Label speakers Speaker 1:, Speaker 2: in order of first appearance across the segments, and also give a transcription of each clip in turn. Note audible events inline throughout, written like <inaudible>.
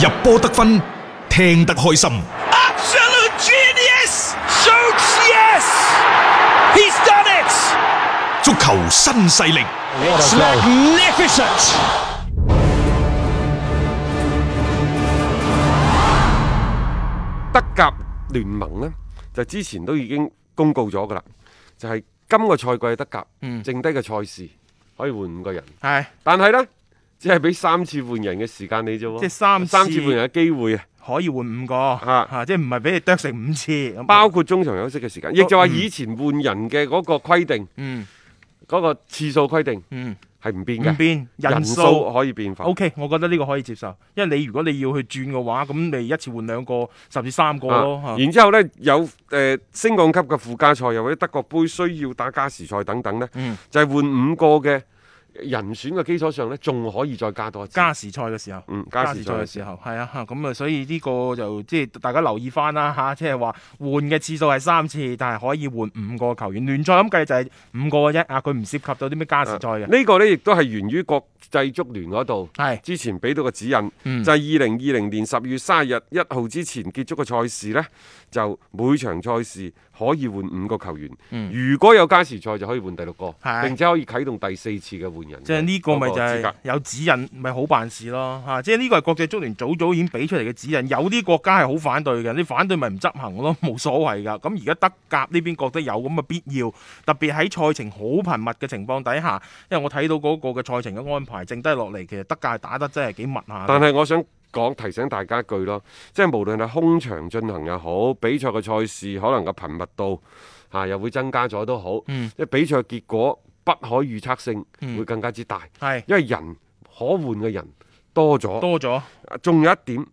Speaker 1: 入波得分，聽得開心。
Speaker 2: Absolute genius! Shoots yes! He's done it!
Speaker 1: 足球新勢力，
Speaker 2: It's magnificent!
Speaker 3: 德甲聯盟呢，就之前都已經公告咗㗎啦，就係、今個賽季嘅德甲、
Speaker 4: 嗯
Speaker 3: 剩低嘅賽事可以換五個人，
Speaker 4: 係
Speaker 3: 但係呢，只係俾三次換人嘅時間你啫喎，
Speaker 4: 即係三次
Speaker 3: 哦三次換人嘅機會啊，
Speaker 4: 可以換五個，
Speaker 3: 啊
Speaker 4: 啊即係唔係俾你剁成五次咁。
Speaker 3: 包括中場休息嘅時間，亦就話以前換人嘅嗰個規定，嗰、
Speaker 4: 嗯
Speaker 3: 個次數規定
Speaker 4: 嗯
Speaker 3: 係唔變
Speaker 4: 唔
Speaker 3: 嘅，
Speaker 4: 變人
Speaker 3: 人
Speaker 4: 數
Speaker 3: 數。啊可以變化。
Speaker 4: O、k 我覺得呢個可以接受，因為你如果你要去轉嘅話，咁你一次換兩個，甚至三個咯。
Speaker 3: 啊
Speaker 4: 啊
Speaker 3: 然之後呢，有誒、呃升降級嘅附加賽，又或者德國杯需要打加時賽等等呢，
Speaker 4: 嗯
Speaker 3: 就係換五個嘅人選嘅基礎上呢，仲可以再加多一次。
Speaker 4: 加時賽嘅時候，
Speaker 3: 嗯
Speaker 4: 加
Speaker 3: 加
Speaker 4: 時
Speaker 3: 時
Speaker 4: 賽
Speaker 3: 賽
Speaker 4: 嘅
Speaker 3: 嘅
Speaker 4: 時
Speaker 3: 時
Speaker 4: 候，係啊，嚇咁啊，所以呢個就即係大家留意翻啦嚇，即係話換嘅次數係三次，但係可以換五個球員。聯賽咁計就係五個嘅啫，啊，佢唔涉及到啲咩加時賽
Speaker 3: 啊
Speaker 4: 嘅，
Speaker 3: 呢個呢，亦都係源於國際足聯嗰度
Speaker 4: 係
Speaker 3: 之前俾到個指引，
Speaker 4: 嗯
Speaker 3: 就係二零二零年十月三日一號之前結束嘅賽事呢，就每場賽事可以換五個球員。
Speaker 4: 嗯
Speaker 3: 如果有加時賽就可以換第六個，
Speaker 4: 係
Speaker 3: 並且可以啟動第四次嘅換人嘅嗰資格。
Speaker 4: 即係呢個咪就係有指引，咪好辦事咯嚇。即係呢個係國際足聯早早已經俾出嚟嘅指引，有啲國家係好反對嘅，你反對咪唔執行咯， <laughs> 冇所謂㗎。咁而家德甲呢邊覺得有咁嘅必要，特別喺賽程好頻密嘅情況底下，因為我睇到嗰個嘅賽程嘅安排，剩低落嚟其實德甲係打得真係幾密下嘅。
Speaker 3: 但係我想講提醒大家一句咯，即係無論係空場進行又好，比賽嘅賽事可能個頻密度嚇、啊又會增加咗都好，
Speaker 4: 嗯
Speaker 3: 即係比賽結果不可預測性
Speaker 4: 嗯
Speaker 3: 會更加之大，
Speaker 4: 係
Speaker 3: 因為人可換嘅人多咗，
Speaker 4: 多咗
Speaker 3: 啊仲有一點。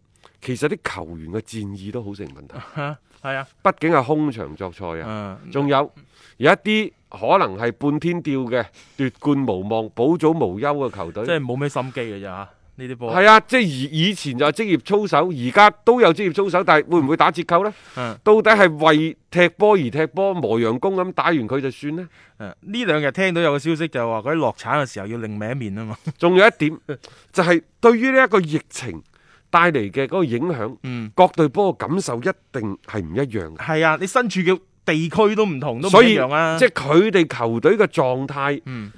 Speaker 3: 其實啲球員嘅戰意都好成問題，
Speaker 4: 嚇，係啊，
Speaker 3: 畢竟係空場作賽啊。
Speaker 4: 嗯，
Speaker 3: 仲有有一啲可能係半天吊嘅奪冠無望、保組無憂嘅球隊，
Speaker 4: 即係冇咩心機嘅啫嚇，呢啲波。
Speaker 3: 係啊，即係以以前就係職業操守，而家都有職業操守，但係會唔會打折扣呢？
Speaker 4: 嗯
Speaker 3: 到底係為踢波而踢波，磨洋工咁打完佢就算呢？
Speaker 4: 誒嗯呢兩日聽到有個消息就係話佢喺落產嘅時候要另名面啊嘛。
Speaker 3: 仲有一點就係對於呢一個疫情帶嚟嘅嗰個影響，
Speaker 4: 嗯
Speaker 3: 各隊波嘅感受一定係唔一樣嘅。
Speaker 4: 係啊，你身處嘅地區都唔同，都唔
Speaker 3: 所以
Speaker 4: 一樣啊。
Speaker 3: 即係佢哋球隊嘅狀態
Speaker 4: 嗯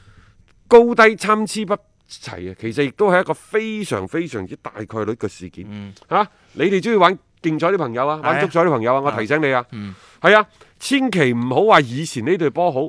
Speaker 3: 高低參差不齊啊，其實亦都係一個非常非常之大概率嘅事件。
Speaker 4: 嗯
Speaker 3: 嚇、你哋中意玩競賽啲朋友啊，
Speaker 4: 係啊
Speaker 3: 玩足彩啲朋友啊，我提醒你啊，
Speaker 4: 嗯
Speaker 3: 係啊，千祈唔好話以前呢隊
Speaker 4: <laughs>
Speaker 3: 波好，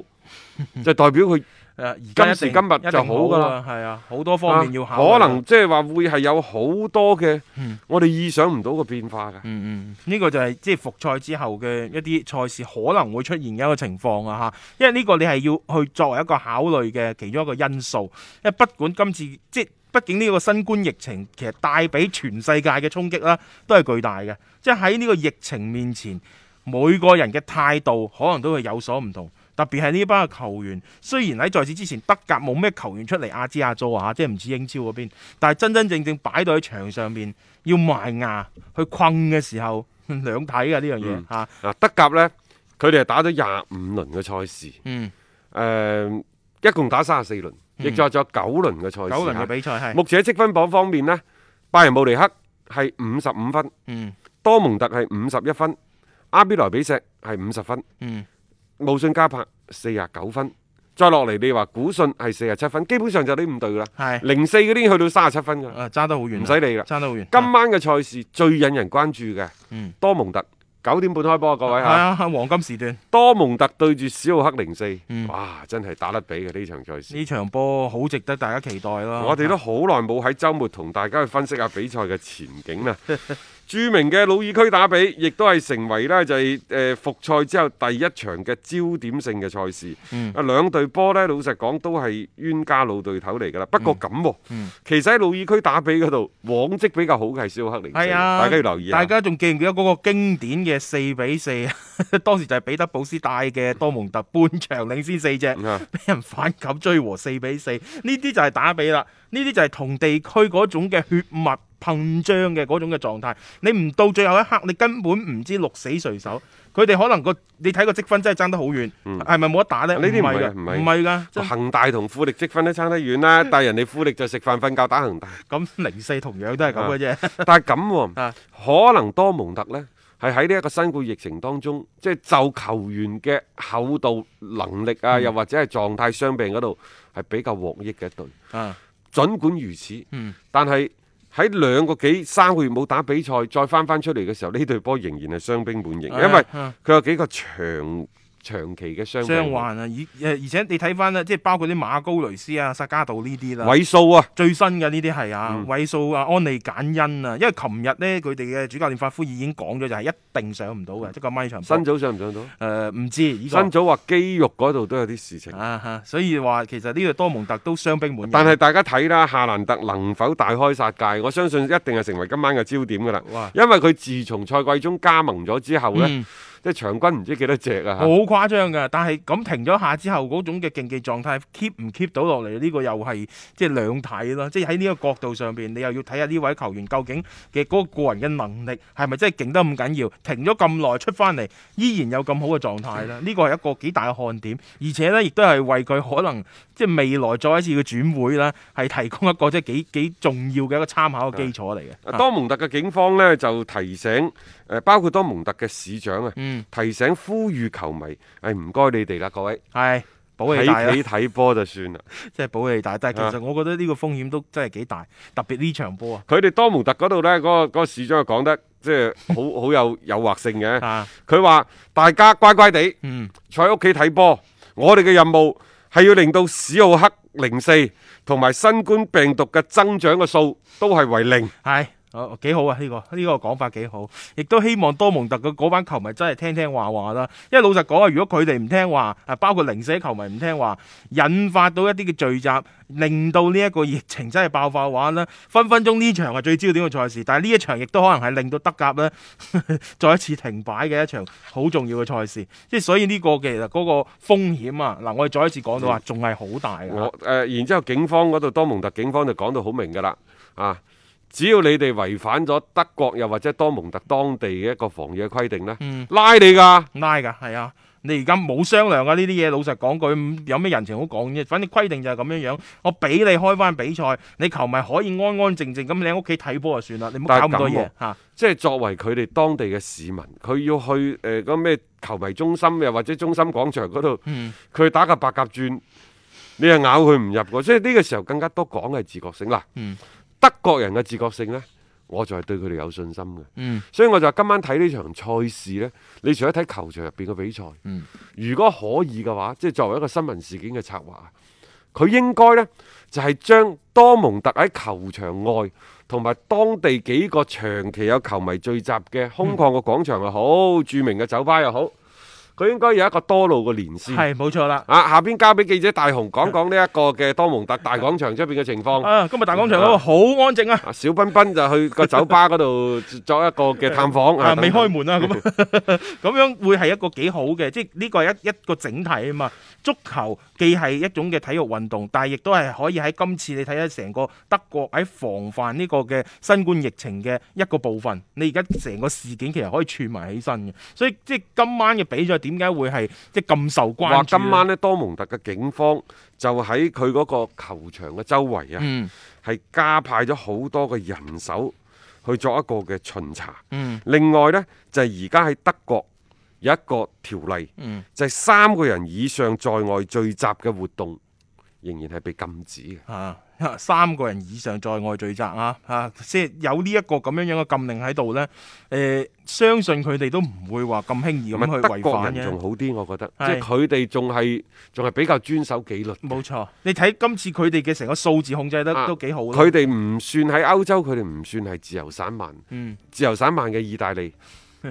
Speaker 3: 就代表佢
Speaker 4: 誒而家一定
Speaker 3: 今時今日就好㗎啦
Speaker 4: 一定好㗎係啊，好多方面要考慮。
Speaker 3: 啊
Speaker 4: 啊
Speaker 3: 可能即係話會係有好多嘅
Speaker 4: 嗯
Speaker 3: 我哋意想唔到嘅變化嘅。
Speaker 4: 嗯嗯，呢、個就係即係復賽之後嘅一啲賽事可能會出現嘅一個情況啊嚇，因為呢個你係要去作為一個考慮嘅其中一個因素，因為不管今次即係畢竟呢個新冠疫情其實帶俾全世界嘅衝擊啦，都係巨大嘅，即係喺呢個疫情面前，每個人嘅態度可能都會有所唔同。特別係呢班嘅球員，雖然喺在此之前德甲冇咩球員出嚟亞支亞租啊，即係唔似英超嗰邊，但係真真正正擺到喺場上面要埋牙去困嘅時候， <laughs> 兩睇嘅呢樣嘢
Speaker 3: 嗯
Speaker 4: 嚇。
Speaker 3: 嗱，德甲呢，佢哋係打咗廿五輪嘅賽事，誒、
Speaker 4: 嗯，
Speaker 3: 一共打三十四輪，亦就係仲有九輪嘅賽
Speaker 4: 嗯九
Speaker 3: 事。
Speaker 4: 輪嘅比賽係，
Speaker 3: 目前喺積分榜方面呢，拜仁慕尼黑係五十五分，
Speaker 4: 嗯
Speaker 3: 多蒙特係五十一分，阿比萊比錫係五十分。
Speaker 4: 嗯
Speaker 3: 武信加柏四廿九分，再落嚟你話古信係四廿七分，基本上就呢五隊㗎啦。
Speaker 4: 係，
Speaker 3: 零四嗰啲已經去到三十七分㗎啦，
Speaker 4: 誒爭得好遠啊，
Speaker 3: 唔使啊理啦。
Speaker 4: 爭得好遠。
Speaker 3: 今晚嘅賽事最引人關注嘅，
Speaker 4: 嗯
Speaker 3: 多蒙特九點半開波啊，各位
Speaker 4: 係
Speaker 3: 嚇。
Speaker 4: 啊，黃金時段
Speaker 3: 多蒙特對住史奧克零四
Speaker 4: 嗯，
Speaker 3: 哇！真係打得比嘅呢場賽事。
Speaker 4: 呢場波好值得大家期待啊咯。
Speaker 3: 我哋都好耐冇喺週末同大家去分析下比賽嘅前
Speaker 4: <laughs>
Speaker 3: 景啦。著名嘅魯爾區打比，亦都係成為呢就係誒復賽之後第一場嘅焦點性嘅賽事。
Speaker 4: 嗯
Speaker 3: 啊，兩隊波呢，老實講都係冤家老對頭嚟㗎啦。不過咁喎、
Speaker 4: 嗯
Speaker 3: 其實喺魯爾區打比嗰度往績比較好嘅係小克零四，
Speaker 4: 係啊，
Speaker 3: 大家要留意啊
Speaker 4: 大。家仲記唔記得嗰個經典嘅四比四？ <laughs> 當時就係彼得堡斯帶嘅多蒙特半場領先四隻，
Speaker 3: 啊
Speaker 4: 俾人反冚追和四比四。呢啲就係打比啦，呢啲就係同地區嗰種嘅血脈膨脹嘅嗰種嘅狀態。你唔到最後一刻，你根本唔知鹿死誰手。佢哋可能個你睇個積分真係爭得好遠，係咪冇得打呢？
Speaker 3: 嗯呢啲唔係
Speaker 4: 㗎
Speaker 3: 嘅唔係
Speaker 4: 唔係㗎，真
Speaker 3: 恒大同富力積分都差得遠啦，但係人哋富力就食飯瞓覺打恒大，
Speaker 4: 咁零四同樣都係咁嘅啫。 <laughs>
Speaker 3: 但係咁
Speaker 4: 啊
Speaker 3: 喎，可能多蒙特呢係喺呢一個新冠疫情當中，即係就球員嘅厚度、能力
Speaker 4: 嗯
Speaker 3: 啊，又或者係狀態傷病嗰度係比較獲益嘅一隊。
Speaker 4: <laughs> 啊，
Speaker 3: 儘管如此，
Speaker 4: 嗯
Speaker 3: 但係喺兩個幾三個月冇打比賽，再翻翻出嚟嘅時候，呢隊波仍然係傷兵滿營，
Speaker 4: 係啊
Speaker 3: 因為
Speaker 4: 啊
Speaker 3: 佢有幾個長長期嘅傷
Speaker 4: 傷
Speaker 3: 病，
Speaker 4: 患啊，而而且你睇翻咧，即係包括啲馬高雷斯啊、薩加道呢啲啦。
Speaker 3: 位數啊，
Speaker 4: 最新嘅呢啲係啊
Speaker 3: 嗯，
Speaker 4: 位數啊，安利簡恩啊，因為琴日呢，佢哋嘅主教練法夫已經講咗，就係一定上唔到嘅，即係個咪場波。
Speaker 3: 新組上唔上到？
Speaker 4: 誒唔知依個
Speaker 3: 新組話肌肉嗰度都有啲事情。
Speaker 4: 啊哈，所以話其實呢個多蒙特都傷兵滿營。
Speaker 3: 但係大家睇啦，夏蘭特能否大開殺戒？我相信一定係成為今晚嘅焦點㗎啦
Speaker 4: 哇，
Speaker 3: 因為佢自從賽季中加盟咗之後呢，
Speaker 4: 嗯
Speaker 3: 即係場均唔知幾多隻啊
Speaker 4: 好！誇張㗎，但係咁停咗下之後嗰種嘅競技狀態 keep 唔 keep 到落嚟，呢、個又係即係兩睇咯。即係喺呢個角度上邊，你又要睇下呢位球員究竟嘅嗰個個人嘅能力係咪真係勁得咁緊要？停咗咁耐出翻嚟，依然有咁好嘅狀態
Speaker 3: 嗯
Speaker 4: 啦。呢個係一個幾大嘅看點，而且呢亦都係為佢可能即係未來再一次嘅轉會啦，係提供一個即係幾幾重要嘅一個參考嘅基礎嚟嘅。
Speaker 3: 啊
Speaker 4: 啊
Speaker 3: 多蒙特嘅警方呢，就提醒誒、呃包括多蒙特嘅市長啊，
Speaker 4: 嗯，
Speaker 3: 提醒呼籲球迷，誒唔該你哋啦，各位
Speaker 4: 係保利大啊啦
Speaker 3: 喺企睇波就算啦。
Speaker 4: 即係保利大，但係其
Speaker 3: 啊
Speaker 4: 實我覺得呢個風險都真係幾大，特別呢場波啊！
Speaker 3: 佢哋多蒙特嗰度呢，嗰、個嗰個市長又講得即係好好有誘惑性嘅。
Speaker 4: 啊，
Speaker 3: 佢話大家乖乖地
Speaker 4: 嗯，
Speaker 3: 坐喺屋企睇波，我哋嘅任務係要令到史奧克零四同埋新冠病毒嘅增長嘅數都係為零。
Speaker 4: 係，哦，幾好啊！呢、個呢、個講法幾好，亦都希望多蒙特嘅嗰班球迷真係聽聽話話啦。因為老實講啊，如果佢哋唔聽話，啊，包括零舍球迷唔聽話，引發到一啲嘅聚集，令到呢一個疫情真係爆發嘅話咧，分分鐘呢場係最焦點嘅賽事，但係呢一場亦都可能係令到德甲咧 <laughs> 再一次停擺嘅一場好重要嘅賽事。即係所以呢個其實嗰個風險啊，嗱，我哋再一次講到話，仲係啊好大嘅。
Speaker 3: 我誒、呃然之後警方嗰度多蒙特警方就講到好明㗎啦，啊，只要你哋違反咗德國又或者多蒙特當地嘅一個防疫嘅規定呢，
Speaker 4: 嗯
Speaker 3: 拉你㗎。
Speaker 4: 拉噶，係啊！你而家冇商量啊噶呢啲嘢，老實講句，咁有咩人情好講啫？反正規定就係咁樣樣，我俾你開翻比賽，你球迷可以安安靜靜咁你喺屋企睇波就算啦，你唔好搞咁多嘢嚇。
Speaker 3: 即係作為佢哋當地嘅市民，佢要去誒嗰咩球迷中心又或者中心廣場嗰度，
Speaker 4: 嗯
Speaker 3: 佢打個白鴿轉，你係咬佢唔入嘅，所以呢個時候更加多講嘅係自覺性啦。
Speaker 4: 嗯
Speaker 3: 德國人嘅自覺性呢，我就係對佢哋有信心嘅。
Speaker 4: 嗯
Speaker 3: 所以我就話今晚睇呢場賽事呢，你除咗睇球場入邊嘅比賽，
Speaker 4: 嗯
Speaker 3: 如果可以嘅話，即係作為一個新聞事件嘅策劃，佢應該呢，就係、將多蒙特喺球場外同埋當地幾個長期有球迷聚集嘅空曠嘅廣場又好，著名嘅酒吧又好，佢應該有一個多路嘅連線。
Speaker 4: 係冇錯啦。
Speaker 3: 啊，下邊交俾記者大雄講講呢一個嘅多蒙特大廣場出邊嘅情況。
Speaker 4: 啊，今日大廣場嗰個好安靜啊！
Speaker 3: 啊，小彬彬就去個酒吧嗰度 <laughs> 作一個嘅探訪
Speaker 4: 啊，未開
Speaker 3: 門
Speaker 4: 門啊， <laughs> 咁
Speaker 3: <laughs>
Speaker 4: 咁樣會係一個幾好嘅，即係呢個係一一個整體啊嘛。足球既係一種嘅體育運動，但係亦都係可以喺今次你睇下成個德國喺防範呢個嘅新冠疫情嘅一個部分。你而家成個事件其實可以串埋起身嘅，所以即係今晚嘅比賽點解會係即係咁受關
Speaker 3: 話
Speaker 4: 注呢啊
Speaker 3: 今晚呢，多蒙特嘅警方就喺佢嗰個球場嘅周圍啊，
Speaker 4: 嗯
Speaker 3: 係、加派咗好多嘅人手去作一個嘅巡查。
Speaker 4: 嗯
Speaker 3: 另外呢，就係而家喺德國有一個條例，
Speaker 4: 嗯
Speaker 3: 就係、三個人以上在外聚集嘅活動仍然係被禁止嘅。
Speaker 4: 啊，三個人以上在外聚集啊，啊，即係有呢一個咁樣樣嘅禁令喺度呢。誒、相信佢哋都唔會話咁輕易
Speaker 3: 唔
Speaker 4: 咁去
Speaker 3: 係德
Speaker 4: 違
Speaker 3: 國
Speaker 4: 反
Speaker 3: 人仲
Speaker 4: 嘅。
Speaker 3: 好啲，我覺得，即
Speaker 4: 係
Speaker 3: 係佢哋仲係仲係比較遵守紀律嘅。
Speaker 4: 冇錯，你睇今次佢哋嘅成個數字控制得
Speaker 3: 啊
Speaker 4: 都幾好啦。
Speaker 3: 佢哋唔算喺歐洲，佢哋唔算係自由散漫。
Speaker 4: 嗯
Speaker 3: 自由散漫嘅意大
Speaker 4: <laughs>
Speaker 3: 利，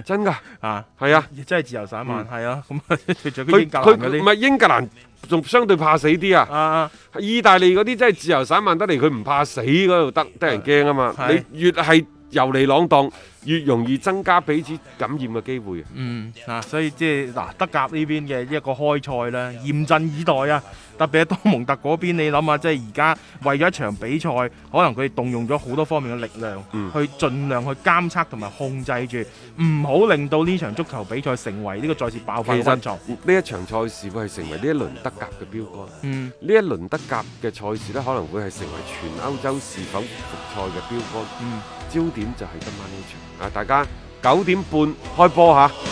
Speaker 3: 真㗎
Speaker 4: 啊，
Speaker 3: 係啊！
Speaker 4: 真係自由散漫，係啊，咁啊， <laughs> 除咗
Speaker 3: 佢
Speaker 4: 英格蘭嗰
Speaker 3: 佢佢
Speaker 4: 啲
Speaker 3: 唔係英格蘭，仲相對怕死啲啊！
Speaker 4: 啊啊，
Speaker 3: 意大利嗰啲真係自由散漫得嚟，佢唔怕死嗰度得得人驚啊嘛！
Speaker 4: 係
Speaker 3: 你越係遊離浪蕩，越容易增加彼此感染嘅機會。
Speaker 4: 嗯，嗱、所以即係嗱，德甲呢邊嘅一個開賽啦，嚴陣以待啊！特別係多蒙特嗰邊，你諗下，即係而家為咗一場比賽，可能佢哋動用咗好多方面嘅力量，
Speaker 3: 嗯
Speaker 4: 去盡量去監測同埋控制住，唔好令到呢場足球比賽成為呢個再次爆發
Speaker 3: 其
Speaker 4: 嘅
Speaker 3: 實
Speaker 4: 溫床。
Speaker 3: 呢一場賽事會係成為呢一輪德甲嘅標杆。
Speaker 4: 嗯，
Speaker 3: 呢一輪德甲嘅賽事呢，可能會係成為全歐洲是否復賽嘅標杆。
Speaker 4: 嗯
Speaker 3: 焦點就係今晚呢場啊！大家九點半開波嚇。